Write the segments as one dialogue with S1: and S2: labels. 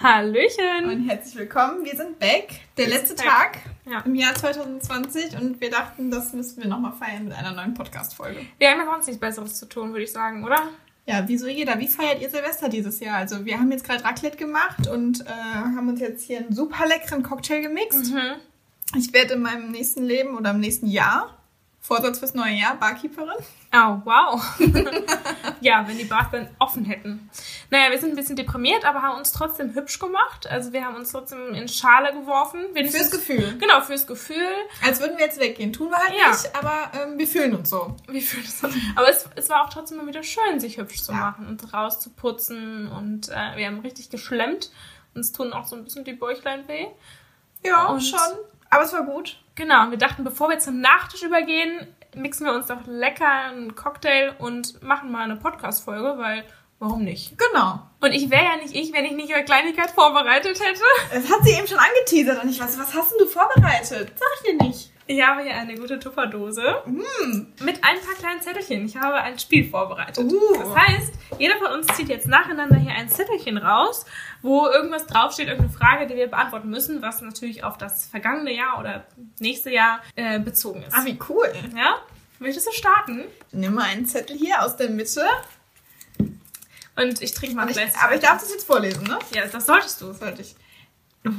S1: Hallöchen!
S2: Und herzlich willkommen. Wir sind back. Der
S1: Wir
S2: letzte
S1: sind back.
S2: Tag
S1: Ja.
S2: im Jahr 2020 und wir dachten, das müssen wir nochmal feiern mit einer neuen Podcast-Folge.
S1: Wir haben ja sonst nichts Besseres zu tun, würde ich sagen, oder?
S2: Ja, wieso jeder? Wie feiert ihr Silvester dieses Jahr? Also wir haben jetzt gerade Raclette gemacht und äh, haben uns jetzt hier einen super leckeren Cocktail gemixt.
S1: Mhm.
S2: Ich werde in meinem nächsten Leben oder im nächsten Jahr, Vorsatz fürs neue Jahr, Barkeeperin.
S1: Oh, wow. ja, wenn die Bars dann offen hätten. Naja, wir sind ein bisschen deprimiert, aber haben uns trotzdem hübsch gemacht. Also wir haben uns trotzdem in Schale geworfen.
S2: Fürs
S1: Wenigstens-
S2: Gefühl.
S1: Genau, fürs Gefühl.
S2: Als würden wir jetzt weggehen. Tun wir halt
S1: Ja.
S2: nicht, aber ähm, wir fühlen uns so.
S1: Wie fühlt es sich? Aber es, es war auch trotzdem mal wieder schön, sich hübsch zu
S2: Ja.
S1: machen und rauszuputzen. Und äh, wir haben richtig geschlemmt. Uns tun auch so ein bisschen die Bäuchlein weh.
S2: Ja,
S1: Und-
S2: schon. Aber es war gut.
S1: Genau, und wir dachten, bevor wir zum Nachtisch übergehen, mixen wir uns doch lecker einen Cocktail und machen mal eine Podcast-Folge, weil warum nicht?
S2: Genau.
S1: Und ich wäre ja nicht ich, wenn ich nicht eine Kleinigkeit vorbereitet hätte.
S2: Das hat sie eben schon angeteasert und ich weiß, was hast denn du vorbereitet? Sag ich dir nicht.
S1: Ich habe hier eine gute Tupperdose
S2: Mm.
S1: mit ein paar kleinen Zettelchen. Ich habe ein Spiel vorbereitet.
S2: Uh.
S1: Das heißt, jeder von uns zieht jetzt nacheinander hier ein Zettelchen raus, wo irgendwas draufsteht, irgendeine Frage, die wir beantworten müssen, was natürlich auf das vergangene Jahr oder nächste Jahr äh, bezogen ist.
S2: Ah, wie cool.
S1: Ja? Möchtest du starten?
S2: Nimm mal einen Zettel hier aus der Mitte.
S1: Und ich trinke mal
S2: Und
S1: ein
S2: ich,
S1: Glas.
S2: aber ich darf das jetzt vorlesen, ne?
S1: Ja, das solltest du.
S2: Sollte ich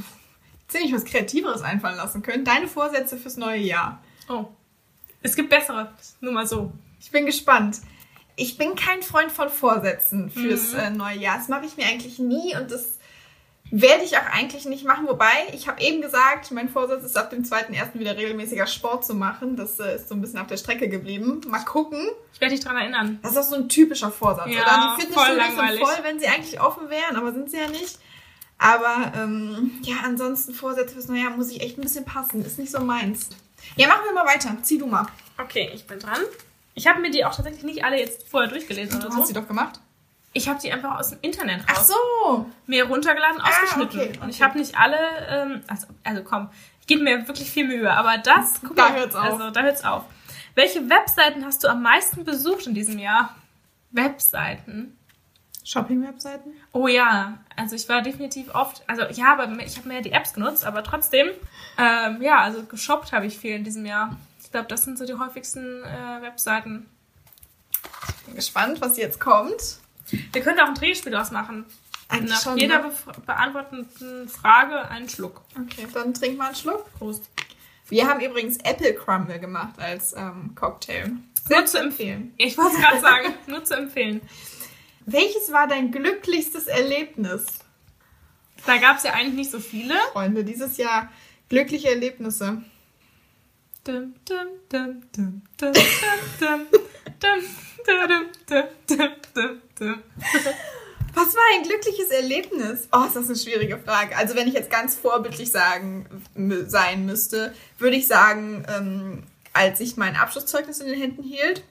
S2: ziemlich was Kreativeres einfallen lassen können. Deine Vorsätze fürs neue Jahr.
S1: Oh. Es gibt bessere. Nur mal so.
S2: Ich bin gespannt. Ich bin kein Freund von Vorsätzen fürs äh, neue Jahr. Das mache ich mir eigentlich nie und das werde ich auch eigentlich nicht machen. Wobei, ich habe eben gesagt, mein Vorsatz ist, ab dem 2.1. wieder regelmäßiger Sport zu machen. Das äh, ist so ein bisschen auf der Strecke geblieben. Mal gucken.
S1: Ich werde dich dran erinnern.
S2: Das ist auch so ein typischer Vorsatz,
S1: Ja,
S2: oder? Die
S1: voll
S2: Fitnessstudios sind
S1: langweilig.
S2: voll, wenn sie eigentlich offen wären, aber sind sie ja nicht. Aber ähm, ja, ansonsten Vorsätze fürs Neujahr muss ich echt ein bisschen passen. Ist nicht so meins. Ja, machen wir mal weiter. Zieh du mal.
S1: Okay, ich bin dran. Ich habe mir die auch tatsächlich nicht alle jetzt vorher durchgelesen
S2: Du
S1: oder
S2: hast sie
S1: so.
S2: doch gemacht.
S1: Ich habe die einfach aus dem Internet
S2: Ach
S1: raus.
S2: so.
S1: Mir runtergeladen, ausgeschnitten.
S2: okay,
S1: Und ich
S2: okay.
S1: habe nicht alle. Ähm, also, also komm, ich gebe mir wirklich viel Mühe. Aber das. Guck
S2: Da hört's auf.
S1: Also, da hört's auf. Welche Webseiten hast du am meisten besucht in diesem Jahr? Webseiten?
S2: Shopping-Webseiten?
S1: Oh ja, also ich war definitiv oft, also ja, aber ich habe mehr die Apps genutzt, aber trotzdem, ähm, ja, also geshoppt habe ich viel in diesem Jahr. Ich glaube, das sind so die häufigsten äh, Webseiten.
S2: Bin gespannt, was jetzt kommt.
S1: Wir können auch ein Drehspiel draus machen.
S2: Eigentlich
S1: Nach
S2: schon,
S1: jeder
S2: ne?
S1: bef- beantworteten Frage einen Schluck.
S2: Okay, dann trink mal einen Schluck.
S1: Prost.
S2: Wir haben übrigens Apple Crumble gemacht als ähm, Cocktail.
S1: Nur zu
S2: empfehlen.
S1: Ich wollte es gerade sagen, nur zu empfehlen.
S2: Welches war dein glücklichstes Erlebnis?
S1: Da gab es ja eigentlich nicht so viele.
S2: Freunde, dieses Jahr glückliche Erlebnisse.
S1: Dum, dum, dum, dum, dum, dum, dum, dum, dum, dum, dum, dum.
S2: Was war ein glückliches Erlebnis? Oh, ist das eine schwierige Frage. Also wenn ich jetzt ganz vorbildlich sagen, mü- sein müsste, würde ich sagen, ähm, als ich mein Abschlusszeugnis in den Händen hielt.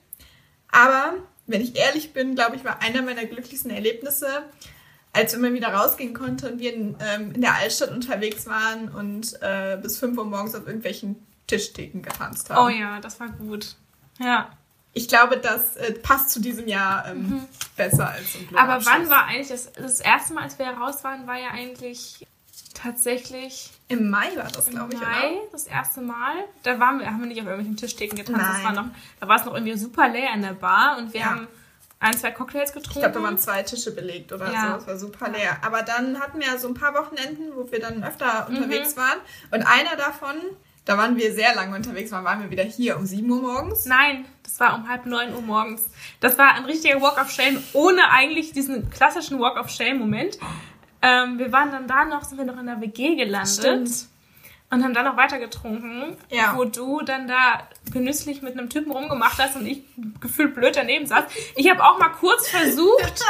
S2: Aber wenn ich ehrlich bin, glaube ich, war einer meiner glücklichsten Erlebnisse, als wir mal wieder rausgehen konnten und wir in, ähm, in der Altstadt unterwegs waren und äh, bis 5 Uhr morgens auf irgendwelchen Tischtheken getanzt haben.
S1: Oh ja, das war gut. Ja.
S2: Ich glaube, das äh, passt zu diesem Jahr ähm, besser als zum Glück
S1: Mhm. Aber wann
S2: Abschluss.
S1: war eigentlich das, das erste Mal, als wir raus waren, war ja eigentlich tatsächlich
S2: Im Mai war das,
S1: im
S2: glaube ich,
S1: Mai
S2: oder?
S1: das erste Mal. Da waren wir, haben wir nicht auf irgendwelchen Tischdecken getanzt. Das war
S2: Nein.
S1: noch, da war es noch irgendwie super leer in der Bar und wir
S2: Ja.
S1: haben ein, zwei Cocktails getrunken.
S2: Ich glaube, da waren zwei Tische belegt oder
S1: Mhm. Ja.
S2: so. Das war super leer. Aber dann hatten wir ja so ein paar Wochenenden, wo wir dann öfter
S1: Mhm.
S2: unterwegs waren. Und einer davon, da waren wir sehr lange unterwegs, waren, waren wir wieder hier um 7 Uhr morgens.
S1: Nein, das war um halb neun Uhr morgens. Das war ein richtiger Walk of Shame, ohne eigentlich diesen klassischen Walk of Shame-Moment. Ähm, wir waren dann da noch, sind wir noch in der WG gelandet.
S2: Stimmt.
S1: Und haben dann noch weiter getrunken,
S2: Ja.
S1: wo du dann da genüsslich mit einem Typen rumgemacht hast und ich gefühlt blöd daneben saß. Ich habe auch mal kurz versucht,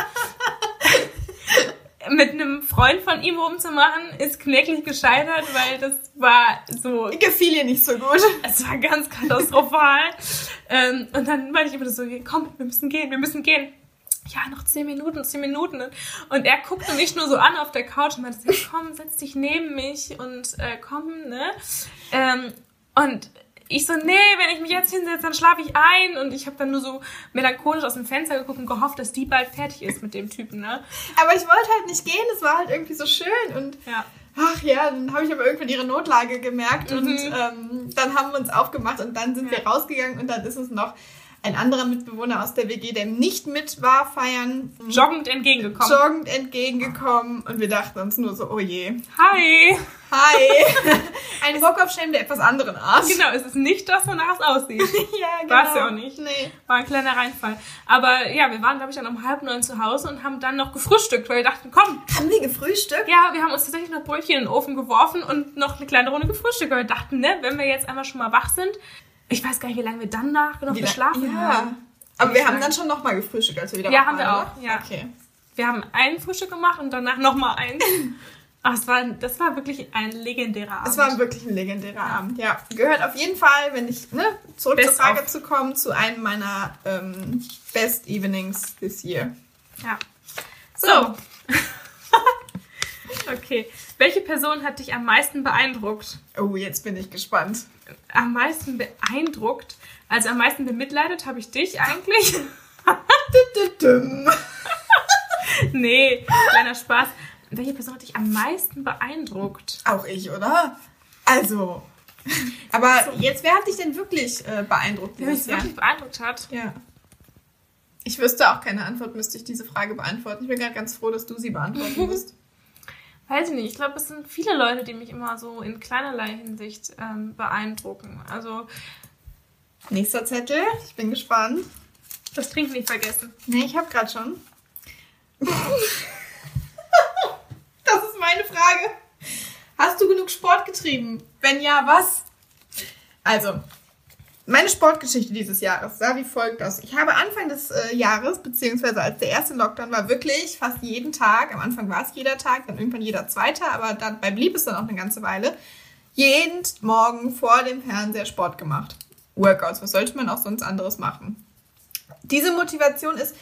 S1: mit einem Freund von ihm rumzumachen, ist kläglich gescheitert, weil das war so
S2: Gefiel ihr nicht so gut.
S1: es war ganz katastrophal. ähm, und dann meinte ich immer so, komm, wir müssen gehen, wir müssen gehen. Ja, noch zehn Minuten, zehn Minuten. Und er guckte mich nur so an auf der Couch und meinte, so, komm, setz dich neben mich und äh, komm, ne? Ähm, und ich so, nee, wenn ich mich jetzt hinsetze, dann schlafe ich ein. Und ich habe dann nur so melancholisch aus dem Fenster geguckt und gehofft, dass die bald fertig ist mit dem Typen, ne?
S2: Aber ich wollte halt nicht gehen, es war halt irgendwie so schön und
S1: Ja.
S2: ach ja, dann habe ich aber irgendwann ihre Notlage gemerkt und
S1: Mhm.
S2: ähm, dann haben wir uns aufgemacht und dann sind wir rausgegangen und dann ist uns noch ein anderer Mitbewohner aus der WG, der nicht mit war, feiern,
S1: Joggend entgegengekommen.
S2: joggend entgegengekommen und wir dachten uns nur so, oh je,
S1: Hi!
S2: hi. ein Walk of Shame der etwas anderen Art.
S1: Genau, es ist nicht das, wonach es aussieht.
S2: Ja, genau.
S1: War's ja auch nicht.
S2: Nee.
S1: War ein kleiner Reinfall. Aber ja, wir waren, glaube ich, dann um halb neun zu Hause und haben dann noch gefrühstückt, weil wir dachten, komm,
S2: Haben wir gefrühstückt?
S1: ja, wir haben uns tatsächlich noch Brötchen in den Ofen geworfen und noch eine kleine Runde gefrühstückt, weil wir dachten, ne, wenn wir jetzt einmal schon mal wach sind, ich weiß gar nicht, wie lange wir dann nach noch
S2: Wie lang-
S1: geschlafen haben.
S2: Ja. Aber wir haben dann schon nochmal gefrühstückt, als wir wieder
S1: Ja,
S2: wach
S1: haben wir
S2: waren,
S1: auch,
S2: oder?
S1: ja.
S2: Okay.
S1: Wir haben ein Frühstück gemacht und danach nochmal eins. Ach, es war, das war wirklich ein legendärer Abend.
S2: Es war wirklich ein legendärer Abend, ja. Gehört auf jeden Fall, wenn ich, ne, zurück
S1: Best
S2: zur Frage
S1: of.
S2: zu kommen, zu einem meiner ähm, Best Evenings this year.
S1: ja. So. okay. Welche Person hat dich am meisten beeindruckt?
S2: Oh, jetzt bin ich gespannt.
S1: Am meisten beeindruckt? Also am meisten bemitleidet habe ich dich eigentlich.
S2: Tütütüm.
S1: nee, kleiner Spaß. Welche Person hat dich am meisten beeindruckt?
S2: Auch ich, oder? Also. Aber jetzt, wer hat dich denn wirklich äh, beeindruckt
S1: Wer mich
S2: dieses Jahr?
S1: wirklich beeindruckt hat?
S2: Ja. Ich wüsste auch keine Antwort, müsste ich diese Frage beantworten. Ich bin gerade ganz froh, dass du sie beantworten musst.
S1: Weiß ich nicht. Ich glaube, es sind viele Leute, die mich immer so in kleinerlei Hinsicht ähm, beeindrucken. Also
S2: Nächster Zettel, ich bin gespannt.
S1: das Trinken nicht vergessen.
S2: Nee, ich habe gerade schon. das ist meine Frage. Hast du genug Sport getrieben? Wenn ja, was? Also, meine Sportgeschichte dieses Jahres sah wie folgt aus. Ich habe Anfang des äh, Jahres, beziehungsweise als der erste Lockdown war, wirklich fast jeden Tag, am Anfang war es jeder Tag, dann irgendwann jeder zweite, aber dabei blieb es dann auch eine ganze Weile, jeden Morgen vor dem Fernseher Sport gemacht. Workouts, was sollte man auch sonst anderes machen? Diese Motivation ist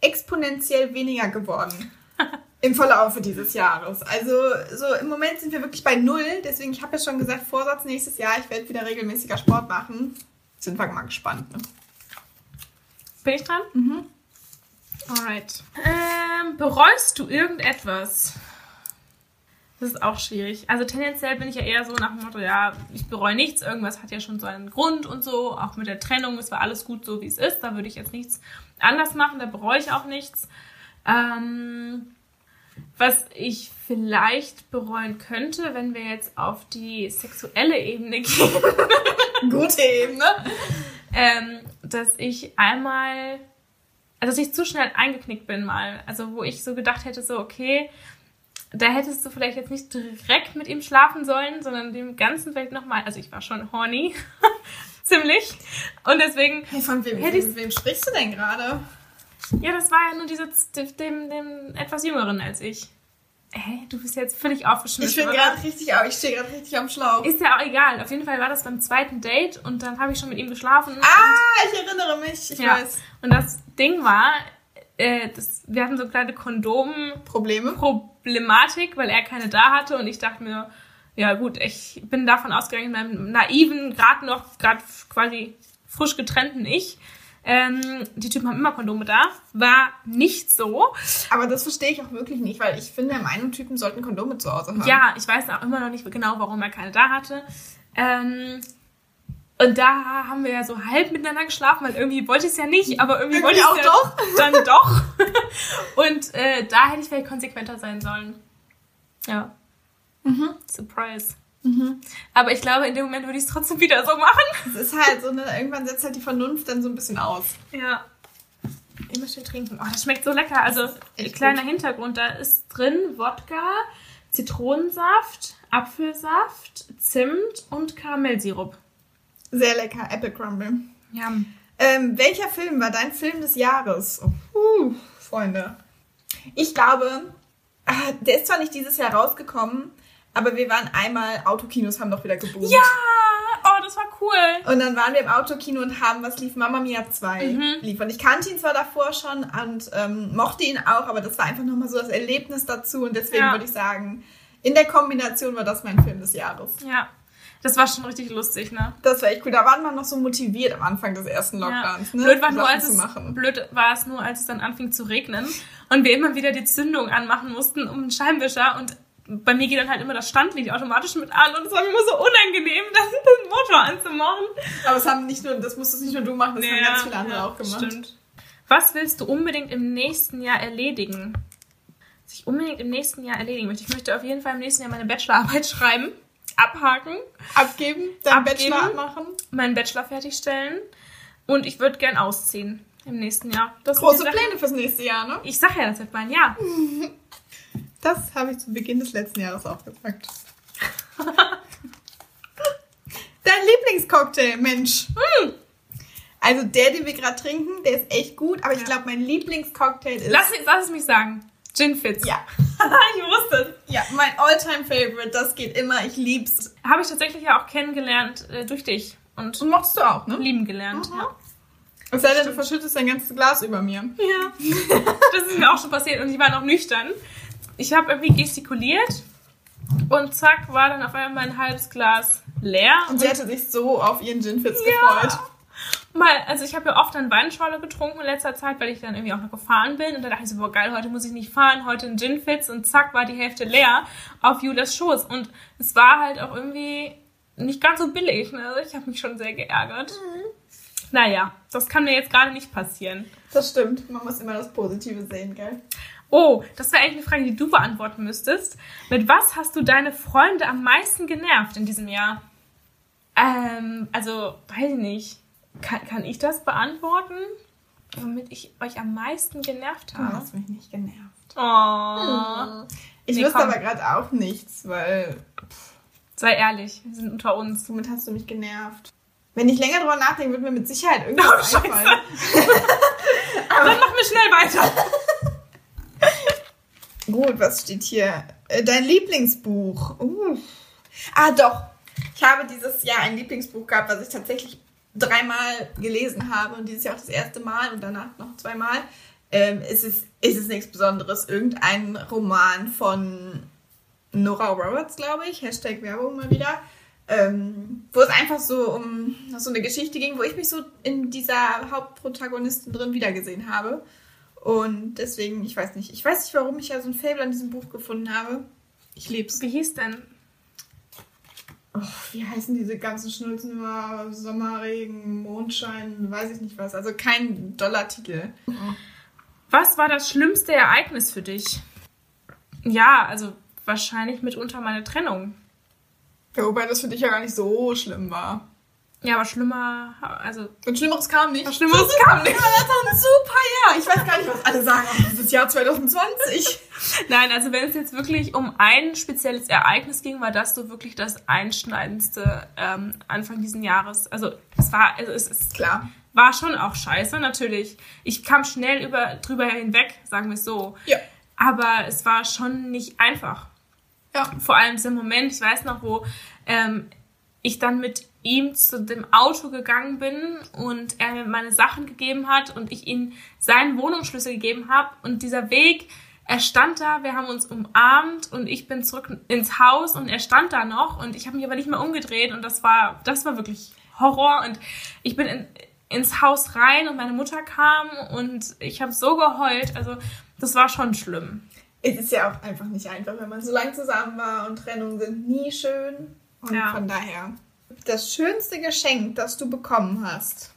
S2: exponentiell weniger geworden im Verlaufe dieses Jahres. Also so im Moment sind wir wirklich bei null. Deswegen, ich habe ja schon gesagt, Vorsatz nächstes Jahr, ich werde wieder regelmäßiger Sport machen. Sind wir mal gespannt. Ne?
S1: Bin ich dran? Mhm. Alright. Ähm, bereust du irgendetwas? Das ist auch schwierig. Also tendenziell bin ich ja eher so nach dem Motto, ja, ich bereue nichts, irgendwas hat ja schon so einen Grund und so. Auch mit der Trennung, es war alles gut so, wie es ist. Da würde ich jetzt nichts anders machen, da bereue ich auch nichts. Ähm, was ich vielleicht bereuen könnte, wenn wir jetzt auf die sexuelle Ebene gehen,
S2: Gute ne? Ebene.
S1: ähm, dass ich einmal, also dass ich zu schnell eingeknickt bin mal. Also wo ich so gedacht hätte, so okay, da hättest du vielleicht jetzt nicht direkt mit ihm schlafen sollen, sondern dem Ganzen vielleicht nochmal, also ich war schon horny, ziemlich. Und deswegen,
S2: Hey, von wem,
S1: Hätte ich's-
S2: wem, wem sprichst du denn gerade?
S1: ja, das war ja nur diese, dem, dem etwas Jüngeren als ich. Hä, du bist jetzt völlig aufgeschmissen.
S2: Ich bin
S1: oder?
S2: gerade richtig, au- ich stehe gerade richtig am Schlauch.
S1: Ist ja auch egal. Auf jeden Fall war das beim zweiten Date und dann habe ich schon mit ihm geschlafen.
S2: ah, ich erinnere mich. Ich
S1: Ja.
S2: weiß.
S1: Und das Ding war, äh, das, wir hatten so kleine
S2: Probleme?
S1: Kondomproblematik, weil er keine da hatte und ich dachte mir, ja gut, ich bin davon ausgegangen, in meinem naiven, gerade noch, gerade quasi frisch getrennten Ich, ähm, die Typen haben immer Kondome da, war nicht so.
S2: Aber das verstehe ich auch wirklich nicht, weil ich finde, meinem Typen sollten Kondome zu Hause haben.
S1: Ja, ich weiß auch immer noch nicht genau, warum er keine da hatte. Ähm, und da haben wir ja so halb miteinander geschlafen, weil irgendwie wollte ich es ja nicht, aber irgendwie,
S2: Irgendwie
S1: wollte ich
S2: auch
S1: ja
S2: doch.
S1: dann doch. Und äh, da hätte ich vielleicht konsequenter sein sollen. Ja. Surprise. Aber ich glaube, in dem Moment würde ich es trotzdem wieder so machen.
S2: Es ist halt so, ne, irgendwann setzt halt die Vernunft dann so ein bisschen aus.
S1: Ja. Immer schön trinken. Oh, das schmeckt so lecker. Also,
S2: echt
S1: kleiner Hintergrund, da ist drin Wodka, Zitronensaft, Apfelsaft, Zimt und Karamellsirup.
S2: Sehr lecker, Apple Crumble.
S1: Ja.
S2: Ähm, welcher Film war dein Film des Jahres? Uh, Freunde. Ich glaube, ah, der ist zwar nicht dieses Jahr rausgekommen, aber wir waren einmal, Autokinos haben doch wieder gebucht.
S1: Ja! Oh, das war cool.
S2: Und dann waren wir im Autokino und haben, was lief, Mama Mia 2
S1: Mhm.
S2: lief. Und ich kannte ihn zwar davor schon und ähm, mochte ihn auch, aber das war einfach nochmal so das Erlebnis dazu. Und deswegen
S1: Ja.
S2: würde ich sagen, in der Kombination war das mein Film des Jahres.
S1: Ja. Das war schon richtig lustig, ne?
S2: Das war echt cool. Da waren wir noch so motiviert am Anfang des ersten Lockdowns. Ne?
S1: Blöd, war nur,
S2: Sachen
S1: als
S2: zu
S1: es,
S2: machen.
S1: blöd war es nur, als es dann anfing zu regnen und wir immer wieder die Zündung anmachen mussten um den Scheinwischer und bei mir geht dann halt immer das Standlicht automatisch mit an und es war mir immer so unangenehm, dann den Motor anzumachen.
S2: Aber es haben nicht nur, das musstest nicht nur du machen, das haben ganz viele andere
S1: ja,
S2: auch gemacht.
S1: Stimmt. Was willst du unbedingt im nächsten Jahr erledigen? Was ich unbedingt im nächsten Jahr erledigen möchte. Ich möchte auf jeden Fall im nächsten Jahr meine Bachelorarbeit schreiben, abhaken,
S2: Abgeben, deinen
S1: Abgeben.
S2: Bachelor abmachen.
S1: meinen Bachelor fertigstellen und ich würde gern ausziehen im nächsten Jahr. Das
S2: Große
S1: sind die Sachen-
S2: Pläne fürs nächste Jahr, ne?
S1: Ich sage ja, das wird mein Jahr.
S2: Das habe ich zu Beginn des letzten Jahres auch gesagt. Dein Lieblingscocktail, Mensch.
S1: Hm.
S2: Also der, den wir gerade trinken, der ist echt gut, aber ich
S1: Ja.
S2: glaube, mein Lieblingscocktail ist.
S1: Lass, mich- lass es mich sagen. Gin Fitz.
S2: ja.
S1: ich wusste
S2: Ja, mein Alltime Favorite, das geht immer, ich lieb's.
S1: es. Habe ich tatsächlich ja auch kennengelernt äh, durch dich und
S2: Und mochtest du auch, ne?
S1: lieben gelernt.
S2: Mhm.
S1: Ja.
S2: Es sei denn, du verschüttest dein ganzes Glas über mir.
S1: Ja. Das ist mir auch schon passiert und ich war noch nüchtern. Ich habe irgendwie gestikuliert und zack war dann auf einmal mein halbes Glas leer.
S2: Und sie hatte sich so auf ihren Gin Fizz
S1: Ja.
S2: gefreut.
S1: Mal, also ich habe ja oft dann Weinschorle getrunken in letzter Zeit, weil ich dann irgendwie auch noch gefahren bin. Und dann dachte ich so, boah geil, heute muss ich nicht fahren, heute ein Gin Fitz. Und zack, war die Hälfte leer auf Julas Schoß. Und es war halt auch irgendwie nicht ganz so billig. Ne? Also ich habe mich schon sehr geärgert. Naja, das kann mir jetzt gerade nicht passieren.
S2: Das stimmt, man muss immer das Positive sehen, gell?
S1: Oh, das wäre eigentlich eine Frage, die du beantworten müsstest. Mit was hast du deine Freunde am meisten genervt in diesem Jahr? Ähm, also, weiß ich nicht. Kann, kann ich das beantworten? Womit ich euch am meisten genervt
S2: Du
S1: habe?
S2: Ah, hast mich nicht genervt.
S1: Oh.
S2: Ich
S1: Nee,
S2: wüsste
S1: komm.
S2: aber gerade auch nichts, weil
S1: Sei ehrlich, wir sind unter uns.
S2: womit hast du mich genervt? Wenn ich länger drüber nachdenke, wird mir mit Sicherheit irgendwas
S1: Oh,
S2: einfallen.
S1: Dann machen wir schnell weiter.
S2: Gut, was steht hier? Äh, Dein Lieblingsbuch. Uh. Ah, doch. Ich habe dieses Jahr ein Lieblingsbuch gehabt, was ich tatsächlich dreimal gelesen habe und dieses Jahr auch das erste Mal und danach noch zweimal. Ähm, es ist, es ist nichts Besonderes. Irgendein Roman von Nora Roberts, glaube ich, Hashtag Werbung mal wieder, ähm, wo es einfach so um so eine Geschichte ging, wo ich mich so in dieser Hauptprotagonistin drin wiedergesehen habe. Und deswegen, ich weiß nicht, ich weiß nicht, warum ich ja so ein Fable an diesem Buch gefunden habe. Ich lieb's.
S1: Wie hieß denn?
S2: Och, wie heißen diese ganzen Schnulzen immer? Sommerregen, Mondschein, weiß ich nicht was. Also kein doller Titel.
S1: Was war das schlimmste Ereignis für dich? Ja, also wahrscheinlich mitunter meine Trennung.
S2: Ja, wobei das für dich ja gar nicht so schlimm war.
S1: Ja, aber schlimmer, also
S2: Und Schlimmeres kam nicht.
S1: Was Schlimmeres
S2: kam nicht. Das war ein super Jahr. Ich weiß gar nicht, was alle sagen. Ach, Dieses Jahr 2020.
S1: Nein, also wenn es jetzt wirklich um ein spezielles Ereignis ging, war das so wirklich das einschneidendste ähm, Anfang diesen Jahres. Also es war, also es, es
S2: Klar.
S1: war schon auch scheiße natürlich. Ich kam schnell über drüber hinweg, sagen wir es so.
S2: Ja.
S1: Aber es war schon nicht einfach.
S2: Ja.
S1: Vor allem dieser Moment, ich weiß noch, wo ähm, ich dann mit ihm zu dem Auto gegangen bin und er mir meine Sachen gegeben hat und ich ihm seinen Wohnungsschlüssel gegeben habe und dieser Weg, er stand da, wir haben uns umarmt und ich bin zurück ins Haus und er stand da noch und ich habe mich aber nicht mehr umgedreht und das war, das war wirklich Horror und ich bin in, ins Haus rein und meine Mutter kam und ich habe so geheult, also das war schon schlimm.
S2: Es ist ja auch einfach nicht einfach, wenn man so lange zusammen war und Trennungen sind nie schön. Und
S1: Ja.
S2: von daher. Das schönste Geschenk, das du bekommen hast.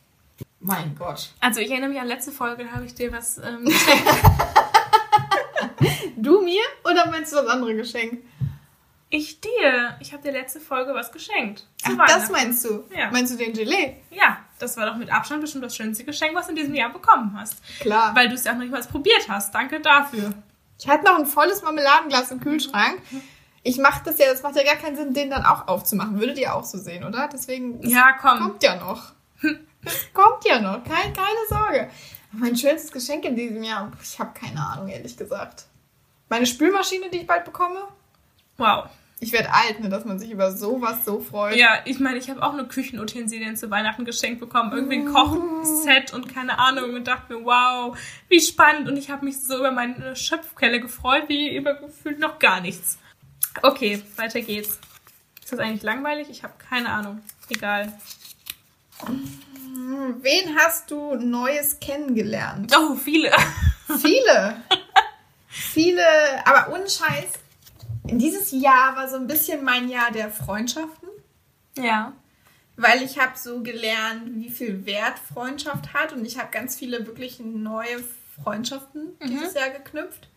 S2: Mein Gott.
S1: Also ich erinnere mich an letzte Folge, da habe ich dir was ähm,
S2: Du mir oder meinst du das andere Geschenk?
S1: Ich dir. Ich habe dir letzte Folge was geschenkt. Zu
S2: Ach, das
S1: Weihnachten.
S2: meinst du?
S1: Ja.
S2: Meinst du den Gelee?
S1: ja, das war doch mit Abstand bestimmt das schönste Geschenk, was du in diesem Jahr bekommen hast.
S2: Klar.
S1: Weil du es ja auch noch nicht mal probiert hast. Danke dafür.
S2: Ich hatte noch ein volles Marmeladenglas im Kühlschrank. Ich mache das ja, das macht ja gar keinen Sinn, den dann auch aufzumachen. Würdet ihr auch so sehen, oder? Deswegen es
S1: Ja, komm.
S2: kommt ja noch. Es kommt ja noch, Kein, keine Sorge. Mein schönstes Geschenk in diesem Jahr, ich habe keine Ahnung, ehrlich gesagt. Meine Spülmaschine, die ich bald bekomme.
S1: Wow.
S2: Ich werde alt, ne, dass man sich über sowas so freut.
S1: Ja, ich meine, ich habe auch nur Küchenutensilien zu Weihnachten geschenkt bekommen. Irgendwie ein Kochset und keine Ahnung. Und dachte mir, wow, wie spannend. Und ich habe mich so über meine Schöpfquelle gefreut, wie über gefühlt noch gar nichts. Okay, weiter geht's. Ist das eigentlich langweilig? Ich habe keine Ahnung. Egal.
S2: Wen hast du Neues kennengelernt?
S1: Oh, viele.
S2: Viele. Viele, aber ohne Scheiß. Dieses Jahr war so ein bisschen mein Jahr der Freundschaften,
S1: Ja.
S2: weil ich habe so gelernt, wie viel Wert Freundschaft hat und ich habe ganz viele wirklich neue Freundschaften dieses Jahr geknüpft.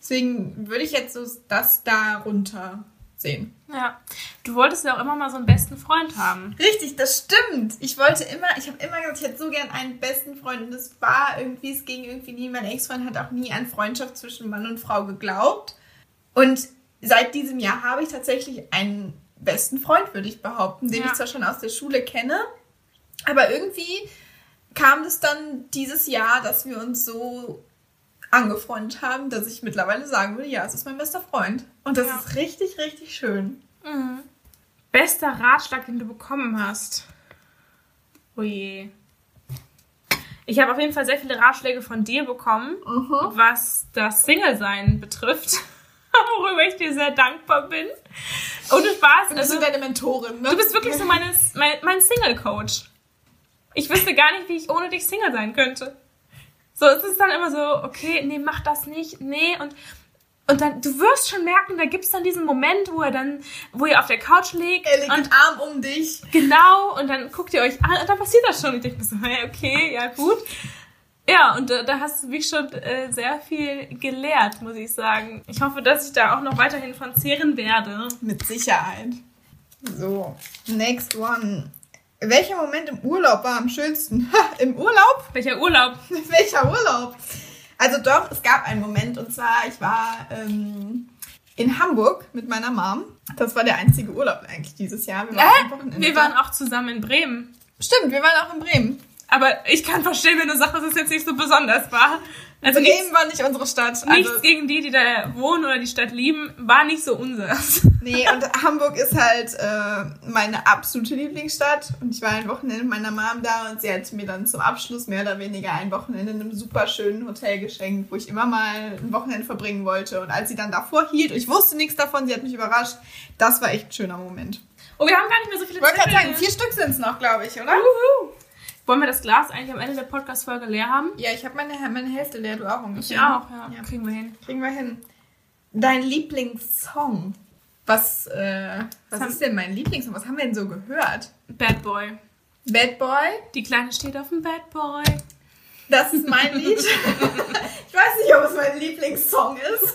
S2: Deswegen würde ich jetzt so das darunter sehen.
S1: Ja. Du wolltest ja auch immer mal so einen besten Freund haben.
S2: Richtig, das stimmt. Ich wollte immer, ich habe immer gesagt, ich hätte so gern einen besten Freund und es war irgendwie, es ging irgendwie nie. Mein Ex-Freund hat auch nie an Freundschaft zwischen Mann und Frau geglaubt. Und seit diesem Jahr habe ich tatsächlich einen besten Freund, würde ich behaupten, den
S1: Ja.
S2: ich zwar schon aus der Schule kenne, aber irgendwie kam es dann dieses Jahr, dass wir uns so angefreundet haben, dass ich mittlerweile sagen würde, ja, es ist mein bester Freund. Und das
S1: Ja.
S2: ist richtig, richtig schön.
S1: Bester Ratschlag, den du bekommen hast. Oh je. Ich habe auf jeden Fall sehr viele Ratschläge von dir bekommen, was das Single-Sein betrifft, worüber ich dir sehr dankbar bin. Ohne Spaß.
S2: Das
S1: Also,
S2: sind deine Mentorin, ne?
S1: du bist wirklich so meine, mein, mein Single-Coach. Ich wüsste gar nicht, wie ich ohne dich Single sein könnte. So, es ist dann immer so, okay, nee, mach das nicht, nee, und, und dann, du wirst schon merken, da gibt's dann diesen Moment, wo er dann, wo ihr auf der Couch liegt
S2: Er legt
S1: und
S2: den Arm um dich.
S1: Genau, und dann guckt ihr euch an und dann passiert das schon. Ich denke mir so, hey, okay, ja gut. Ja, und äh, da hast du mich schon äh, sehr viel gelehrt, muss ich sagen. Ich hoffe, dass ich da auch noch weiterhin von zehren werde.
S2: Mit Sicherheit. So, next one. Welcher Moment im Urlaub war am schönsten? Ha, Im Urlaub?
S1: Welcher Urlaub?
S2: Welcher Urlaub? Also doch, es gab einen Moment und zwar, ich war ähm, in Hamburg mit meiner Mom. Das war der einzige Urlaub eigentlich dieses Jahr. Wir waren, am Wochenende
S1: Wir
S2: da.
S1: waren auch zusammen in Bremen.
S2: Stimmt, wir waren auch in Bremen.
S1: Aber ich kann verstehen, wenn du sagst, dass es jetzt nicht so besonders war. Also nichts,
S2: Bremen war nicht unsere Stadt.
S1: nichts
S2: Also,
S1: gegen die, die da wohnen oder die Stadt lieben, war nicht so unseres.
S2: nee, und Hamburg ist halt äh, meine absolute Lieblingsstadt. Und ich war ein Wochenende mit meiner Mom da und sie hat mir dann zum Abschluss mehr oder weniger ein Wochenende in einem super schönen Hotel geschenkt, wo ich immer mal ein Wochenende verbringen wollte. Und als sie dann davor hielt, ich wusste nichts davon, sie hat mich überrascht. Das war echt ein schöner Moment.
S1: Oh, wir haben gar nicht mehr so viele
S2: Ich wollte gerade
S1: Zettel.
S2: sagen, vier Stück sind es noch, glaube ich, oder?
S1: Juhu. Wollen wir das Glas eigentlich am Ende der Podcast-Folge leer haben?
S2: Ja, ich habe meine, meine Hälfte leer, du auch ungefähr.
S1: Ich auch, ja.
S2: Ja.
S1: Kriegen wir hin.
S2: Kriegen wir hin. Dein Lieblingssong. Was, äh, was
S1: haben-
S2: ist denn mein Lieblingssong? Was haben wir denn so gehört?
S1: Bad Boy.
S2: Bad Boy?
S1: Die Kleine steht auf dem Bad Boy.
S2: Das ist mein Lied. ich weiß nicht, ob es mein Lieblingssong ist.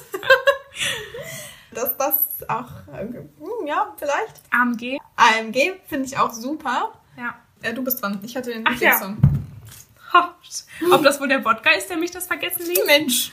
S2: Dass das auch, äh, hm, ja, vielleicht.
S1: AMG.
S2: AMG finde ich auch super.
S1: Ja.
S2: Äh, du bist dran. Ich hatte den
S1: Ach ja.
S2: Lieblingssong.
S1: Ha, Ob das wohl der Wodka ist, der mich das vergessen ließ?
S2: Mensch.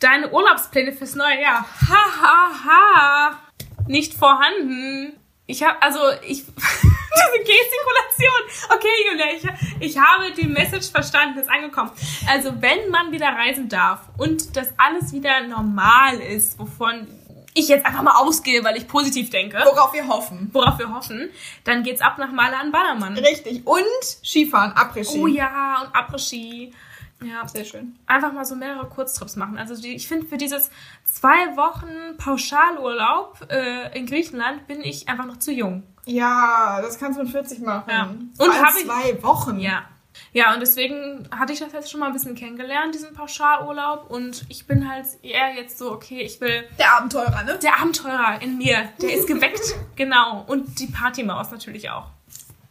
S1: Deine Urlaubspläne fürs neue Jahr. Ha, ha, ha. Nicht vorhanden. Ich habe, also, ich... Diese Gestikulation. Okay, Julia, ich, ich habe die Message verstanden, ist angekommen. Also, wenn man wieder reisen darf und das alles wieder normal ist, wovon ich jetzt einfach mal ausgehe, weil ich positiv denke,
S2: Worauf wir hoffen.
S1: worauf wir hoffen, dann geht's ab nach Maler an Ballermann.
S2: Richtig. Und Skifahren, Après-Ski.
S1: Oh ja, und Après-Ski. Ja,
S2: Sehr schön.
S1: einfach mal so mehrere Kurztrips machen. Also die, ich finde, für dieses zwei Wochen Pauschalurlaub äh, in Griechenland bin ich einfach noch zu jung.
S2: Ja, das kannst du mit 40 machen.
S1: Ja.
S2: Vor
S1: Und
S2: allem
S1: hab ich-
S2: zwei Wochen.
S1: Ja. Ja, und deswegen hatte ich das jetzt schon mal ein bisschen kennengelernt, diesen Pauschalurlaub. Und ich bin halt eher jetzt so, okay, ich will.
S2: Der Abenteurer, ne?
S1: Der Abenteurer in mir, der ist geweckt. genau. Und die Partymaus natürlich auch.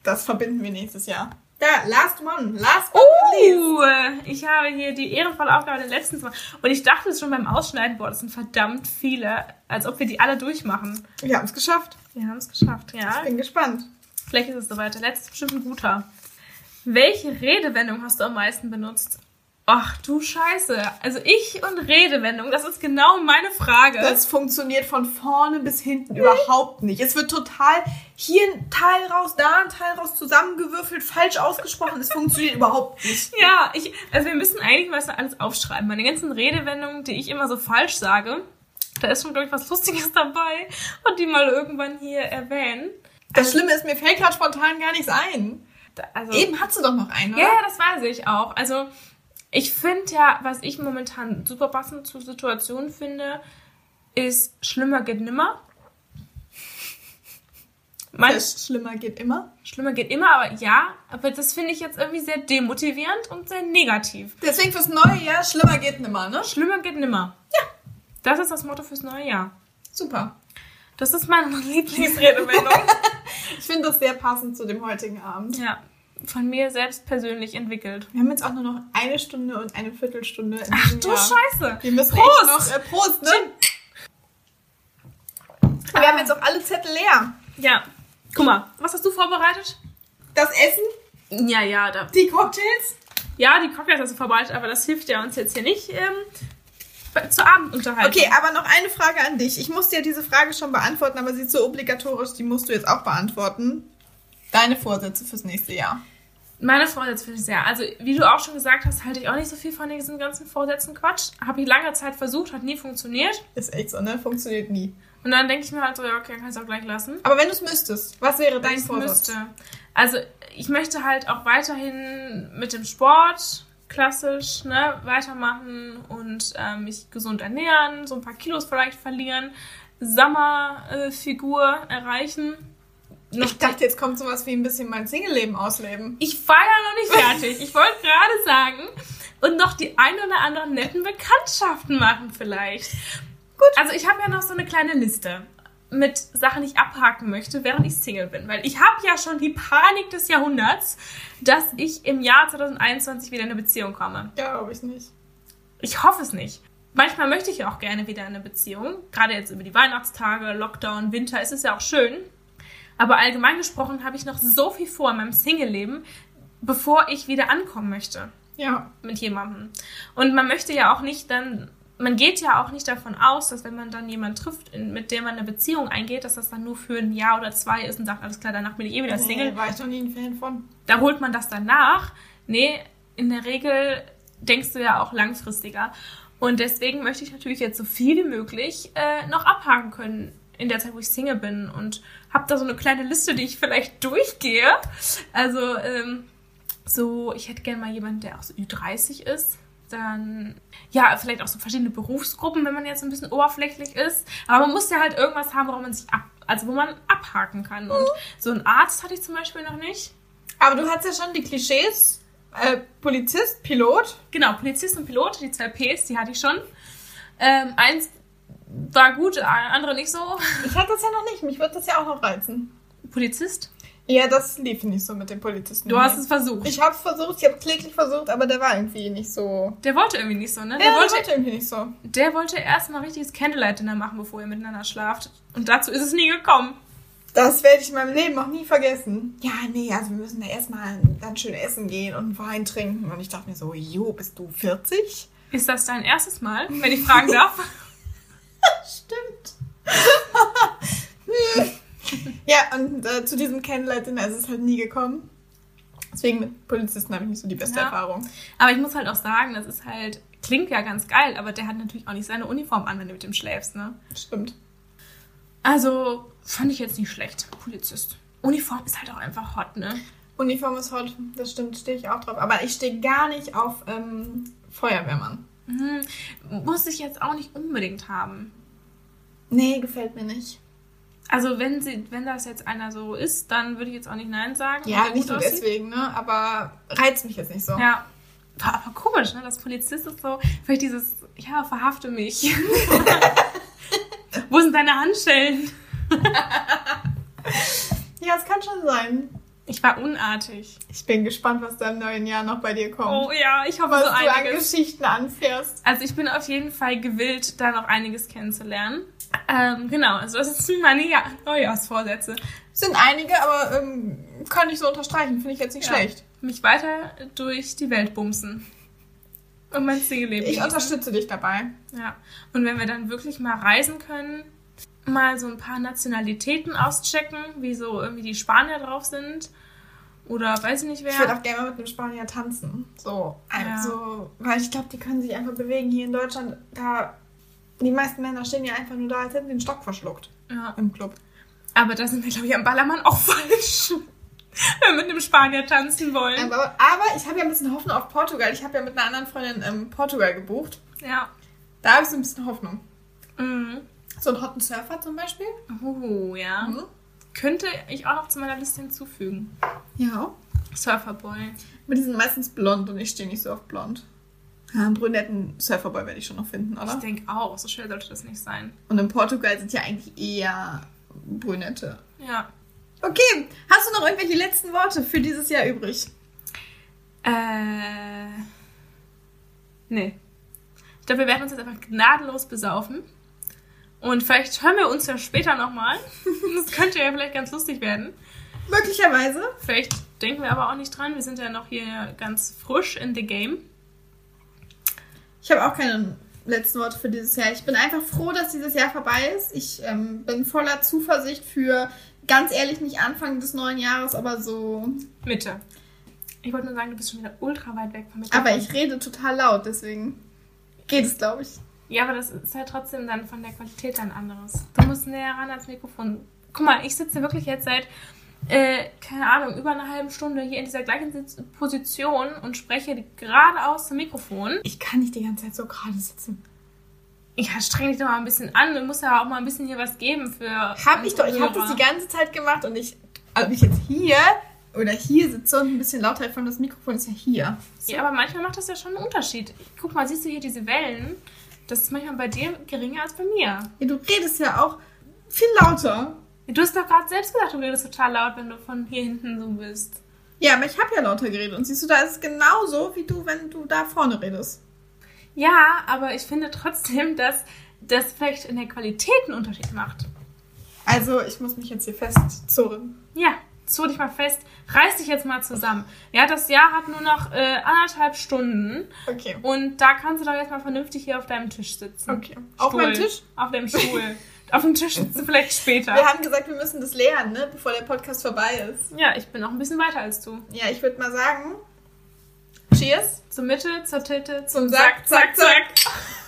S2: Das verbinden wir nächstes Jahr. Ja, last one. Last one.
S1: Oh, ich habe hier die ehrenvolle Aufgabe den letzten zu machen. Und ich dachte schon beim Ausschneiden, boah, das sind verdammt viele, als ob wir die alle durchmachen.
S2: Wir haben es geschafft.
S1: Wir haben es geschafft, ja.
S2: Ich bin gespannt.
S1: Vielleicht ist es soweit. Der letzte ist bestimmt ein guter. Welche Redewendung hast du am meisten benutzt? Ach du Scheiße. Also ich und Redewendung, das ist genau meine Frage.
S2: Das funktioniert von vorne bis hinten überhaupt nicht. Es wird total hier ein Teil raus, da ein Teil raus zusammengewürfelt, falsch ausgesprochen. Es funktioniert überhaupt nicht.
S1: ja, ich, also wir müssen eigentlich mal das alles aufschreiben. Meine ganzen Redewendungen, die ich immer so falsch sage, da ist schon, glaube ich, was Lustiges dabei und die mal irgendwann hier erwähnen.
S2: Das
S1: Also
S2: Schlimme ist, mir fällt gerade spontan gar nichts ein.
S1: Da- Also,
S2: Eben hat sie doch noch einen,
S1: Ja,
S2: oder?
S1: ja, das weiß ich auch. Also ich finde ja, was ich momentan super passend zur Situation finde, ist schlimmer geht nimmer. Manch,
S2: schlimmer geht immer.
S1: Schlimmer geht immer, aber ja, aber das finde ich jetzt irgendwie sehr demotivierend und sehr negativ.
S2: Deswegen fürs neue Jahr, schlimmer geht nimmer, ne?
S1: Schlimmer geht nimmer.
S2: Ja.
S1: Das ist das Motto fürs neue Jahr.
S2: Super.
S1: Das ist meine Lieblingsredewendung.
S2: Ich finde das sehr passend zu dem heutigen Abend.
S1: ja. Von mir selbst persönlich entwickelt.
S2: Wir haben jetzt auch nur noch eine Stunde und eine Viertelstunde. In
S1: Ach
S2: diesem
S1: du
S2: Jahr.
S1: Scheiße.
S2: Wir müssen
S1: Prost.
S2: echt noch... Äh, Prost, ne? Wir haben jetzt auch alle Zettel leer.
S1: Ja. Guck mal, was hast du vorbereitet?
S2: Das Essen,
S1: Ja, ja, da.
S2: die Cocktails.
S1: Ja, die Cocktails hast du vorbereitet, aber das hilft ja uns jetzt hier nicht ähm, bei- zur Abendunterhaltung.
S2: Okay, aber noch eine Frage an dich. Ich musste ja diese Frage schon beantworten, aber sie ist so obligatorisch, die musst du jetzt auch beantworten. Deine Vorsätze fürs nächste Jahr.
S1: Meine Vorsätze finde ich sehr. Also, wie du auch schon gesagt hast, halte ich auch nicht so viel von diesem ganzen Vorsätzen Quatsch. Habe ich lange Zeit versucht, hat nie funktioniert.
S2: Ist echt so, ne? Funktioniert nie.
S1: Und dann denke ich mir halt so, ja, okay, kann ich es auch gleich lassen.
S2: Aber wenn du es müsstest, was wäre
S1: Wenn
S2: dein
S1: ich's
S2: Vorsatz?
S1: müsste. Also, ich möchte halt auch weiterhin mit dem Sport klassisch ne, weitermachen und ähm, mich gesund ernähren, so ein paar Kilos vielleicht verlieren, Sommerfigur äh, Figur erreichen. Noch
S2: Ich dachte, jetzt kommt sowas wie ein bisschen mein Single-Leben ausleben.
S1: Ich war ja noch nicht fertig. Ich wollte gerade sagen. Und noch die ein oder anderen netten Bekanntschaften machen vielleicht. Gut. Also ich habe ja noch so eine kleine Liste mit Sachen, die ich abhaken möchte, während ich Single bin. Weil ich habe ja schon die Panik des Jahrhunderts, dass ich im Jahr 2021 wieder in eine Beziehung komme.
S2: Glaube ich nicht.
S1: Ich hoffe es nicht. Manchmal möchte ich ja auch gerne wieder in eine Beziehung. Gerade jetzt über die Weihnachtstage, Lockdown, Winter ist es ja auch schön. Aber allgemein gesprochen habe ich noch so viel vor in meinem Single-Leben, bevor ich wieder ankommen möchte
S2: Ja.
S1: mit jemandem. Und man möchte ja auch nicht dann, man geht ja auch nicht davon aus, dass wenn man dann jemanden trifft, in, mit dem man eine Beziehung eingeht, dass das dann nur für ein Jahr oder zwei ist und sagt, alles klar, danach bin ich eh wieder Single
S2: Nee, war ich noch nie ein Fan von.
S1: da holt man das dann nach. Nee, in der Regel denkst du ja auch langfristiger. Und deswegen möchte ich natürlich jetzt so viel wie möglich äh, noch abhaken können in der Zeit, wo ich Single bin. Und habe da so eine kleine Liste, die ich vielleicht durchgehe. Also ähm, so, ich hätte gerne mal jemanden, der auch so Ü30 ist. Dann, ja, vielleicht auch so verschiedene Berufsgruppen, wenn man jetzt ein bisschen oberflächlich ist. Aber man muss ja halt irgendwas haben, woran man sich ab, also wo man abhaken kann. Und so einen Arzt hatte ich zum Beispiel noch nicht.
S2: Aber du hast ja schon die Klischees. Äh, Polizist, Pilot.
S1: Genau, Polizist und Pilot, die zwei Ps, die hatte ich schon. Ähm, eins war gut, andere nicht so.
S2: Ich hatte das ja noch nicht. Mich würde das ja auch noch reizen.
S1: Polizist?
S2: Ja, das lief nicht so mit dem Polizisten.
S1: Du hast es versucht.
S2: Mhm. Ich hab's versucht, ich hab's kläglich versucht, aber der war irgendwie nicht so.
S1: der wollte irgendwie nicht so, ne? Der,
S2: Ja, der
S1: wollte,
S2: wollte irgendwie nicht so.
S1: der wollte erst mal richtiges Candlelight-Dinner machen, bevor ihr miteinander schlaft. Und dazu ist es nie gekommen.
S2: Das werde ich in meinem Leben noch nie vergessen. Ja, nee, also wir müssen da erstmal dann schön essen gehen und einen Wein trinken. Und ich dachte mir so, jo, bist du 40?
S1: Ist das dein erstes Mal, wenn ich fragen darf?
S2: Stimmt. Hm. ja, und äh, zu diesem Candlelight-Dinner ist es halt nie gekommen. Deswegen mit Polizisten habe ich nicht so die beste
S1: Ja.
S2: Erfahrung.
S1: Aber ich muss halt auch sagen, das ist halt, klingt ja ganz geil, aber der hat natürlich auch nicht seine Uniform an, wenn du mit dem schläfst, ne?
S2: Stimmt.
S1: Also fand ich jetzt nicht schlecht, Polizist. Uniform ist halt auch einfach hot, ne?
S2: Uniform ist hot, das stimmt, stehe ich auch drauf. Aber ich stehe gar nicht auf ähm, Feuerwehrmann.
S1: Hm, muss ich jetzt auch nicht unbedingt haben.
S2: Nee, gefällt mir nicht.
S1: Also wenn sie, wenn das jetzt einer so ist, dann würde ich jetzt auch nicht nein sagen.
S2: Ja,
S1: wenn er
S2: nicht
S1: gut
S2: nur
S1: aussieht.
S2: deswegen, ne? Aber reizt mich jetzt nicht so.
S1: Ja. War aber komisch, ne? Das Polizist ist so, vielleicht dieses, ja, verhafte mich. Wo sind deine Handschellen?
S2: Ja, es kann schon sein.
S1: Ich war unartig.
S2: Ich bin gespannt, was da im neuen Jahr noch bei dir kommt.
S1: Oh ja, ich hoffe
S2: was
S1: so
S2: du an
S1: einiges.
S2: Geschichten anfährst.
S1: Also ich bin auf jeden Fall gewillt, da noch einiges kennenzulernen. Ähm, genau, also das sind meine ja Neujahrsvorsätze.
S2: Sind einige, aber ähm, kann ich so unterstreichen. Finde ich jetzt nicht
S1: Ja.
S2: schlecht.
S1: Mich weiter durch die Welt bumsen. Und mein Single-Leben.
S2: Ich
S1: genießen.
S2: unterstütze dich dabei.
S1: Ja, und wenn wir dann wirklich mal reisen können, mal so ein paar Nationalitäten auschecken, wie so irgendwie die Spanier drauf sind oder weiß ich nicht
S2: Ich würde
S1: wer.
S2: auch gerne mal mit einem Spanier tanzen. So.
S1: Ja.
S2: Also, weil ich glaube, die können sich einfach bewegen. Hier in Deutschland, da. Die meisten Männer stehen ja einfach nur da, als hätten sie den Stock verschluckt
S1: Ja.
S2: im Club.
S1: Aber da sind wir, glaube ich, am Ballermann auch falsch, wenn wir mit einem Spanier tanzen wollen.
S2: Aber, aber ich habe ja ein bisschen Hoffnung auf Portugal. Ich habe ja mit einer anderen Freundin ähm, Portugal gebucht.
S1: Ja.
S2: Da habe ich so ein bisschen Hoffnung.
S1: Mhm.
S2: So einen Hotten Surfer zum Beispiel.
S1: Oh, ja.
S2: Mhm.
S1: Könnte ich auch noch zu meiner Liste hinzufügen.
S2: Ja.
S1: Surferboy.
S2: Aber die sind meistens blond und ich stehe nicht so auf blond. Ja, einen brünetten Surferboy werde ich schon noch finden,
S1: Ich
S2: oder?
S1: denke auch, so schwer sollte das nicht sein.
S2: Und in Portugal sind ja eigentlich eher brünette.
S1: Ja.
S2: Okay, hast du noch irgendwelche letzten Worte für dieses Jahr übrig?
S1: Äh. Nee. Ich glaube, wir werden uns jetzt einfach gnadenlos besaufen. Und vielleicht hören wir uns ja später nochmal. Das könnte ja vielleicht ganz lustig werden.
S2: Möglicherweise.
S1: Vielleicht denken wir aber auch nicht dran. Wir sind ja noch hier ganz frisch in the game.
S2: Ich habe auch keine letzten Worte für dieses Jahr. Ich bin einfach froh, dass dieses Jahr vorbei ist. Ich ähm, bin voller Zuversicht für, ganz ehrlich, nicht Anfang des neuen Jahres, aber so.
S1: Mitte. Ich wollte nur sagen, du bist schon wieder ultra weit weg von mir.
S2: Aber ich rede total laut, deswegen geht es, glaube ich.
S1: Ja, aber das ist halt trotzdem dann von der Qualität ein anderes. Du musst näher ran ans Mikrofon. Guck mal, ich sitze wirklich jetzt seit, äh, keine Ahnung, über einer halben Stunde hier in dieser gleichen Sitz- Position und spreche geradeaus zum Mikrofon.
S2: Ich kann nicht die ganze Zeit so gerade sitzen.
S1: Ja, streng dich doch mal ein bisschen an. Du musst ja auch mal ein bisschen hier was geben für.
S2: Hab ich doch, ich habe das die ganze Zeit gemacht und ich, ob ich jetzt hier oder hier sitze und ein bisschen Lautheit von das Mikrofon ist ja hier.
S1: Ja, aber manchmal macht das ja schon einen Unterschied. Guck mal, siehst du hier diese Wellen? Das ist manchmal bei dir geringer als bei mir.
S2: Ja, du redest ja auch viel lauter.
S1: Du hast doch gerade selbst gesagt, du redest total laut, wenn du von hier hinten so bist.
S2: Ja, aber ich habe ja lauter geredet und siehst du, da ist es genauso, wie du, wenn du da vorne redest.
S1: Ja, aber ich finde trotzdem, dass das vielleicht in der Qualität einen Unterschied macht.
S2: Also, ich muss mich jetzt hier festzurren.
S1: Ja, zog dich mal fest, reiß dich jetzt mal zusammen. Ja, das Jahr hat nur noch äh, anderthalb Stunden
S2: Okay.
S1: und da kannst du doch jetzt mal vernünftig hier auf deinem Tisch sitzen.
S2: Okay. Auf
S1: Stuhl.
S2: meinem Tisch?
S1: Auf dem Stuhl. auf dem Tisch sitzt du vielleicht später.
S2: Wir haben gesagt, wir müssen das lernen, ne? bevor der Podcast vorbei ist.
S1: Ja, ich bin auch ein bisschen weiter als du.
S2: Ja, ich würde mal sagen, Cheers
S1: Zur Mitte, zur Titte,
S2: zum Sack, Zack, Zack. Ah!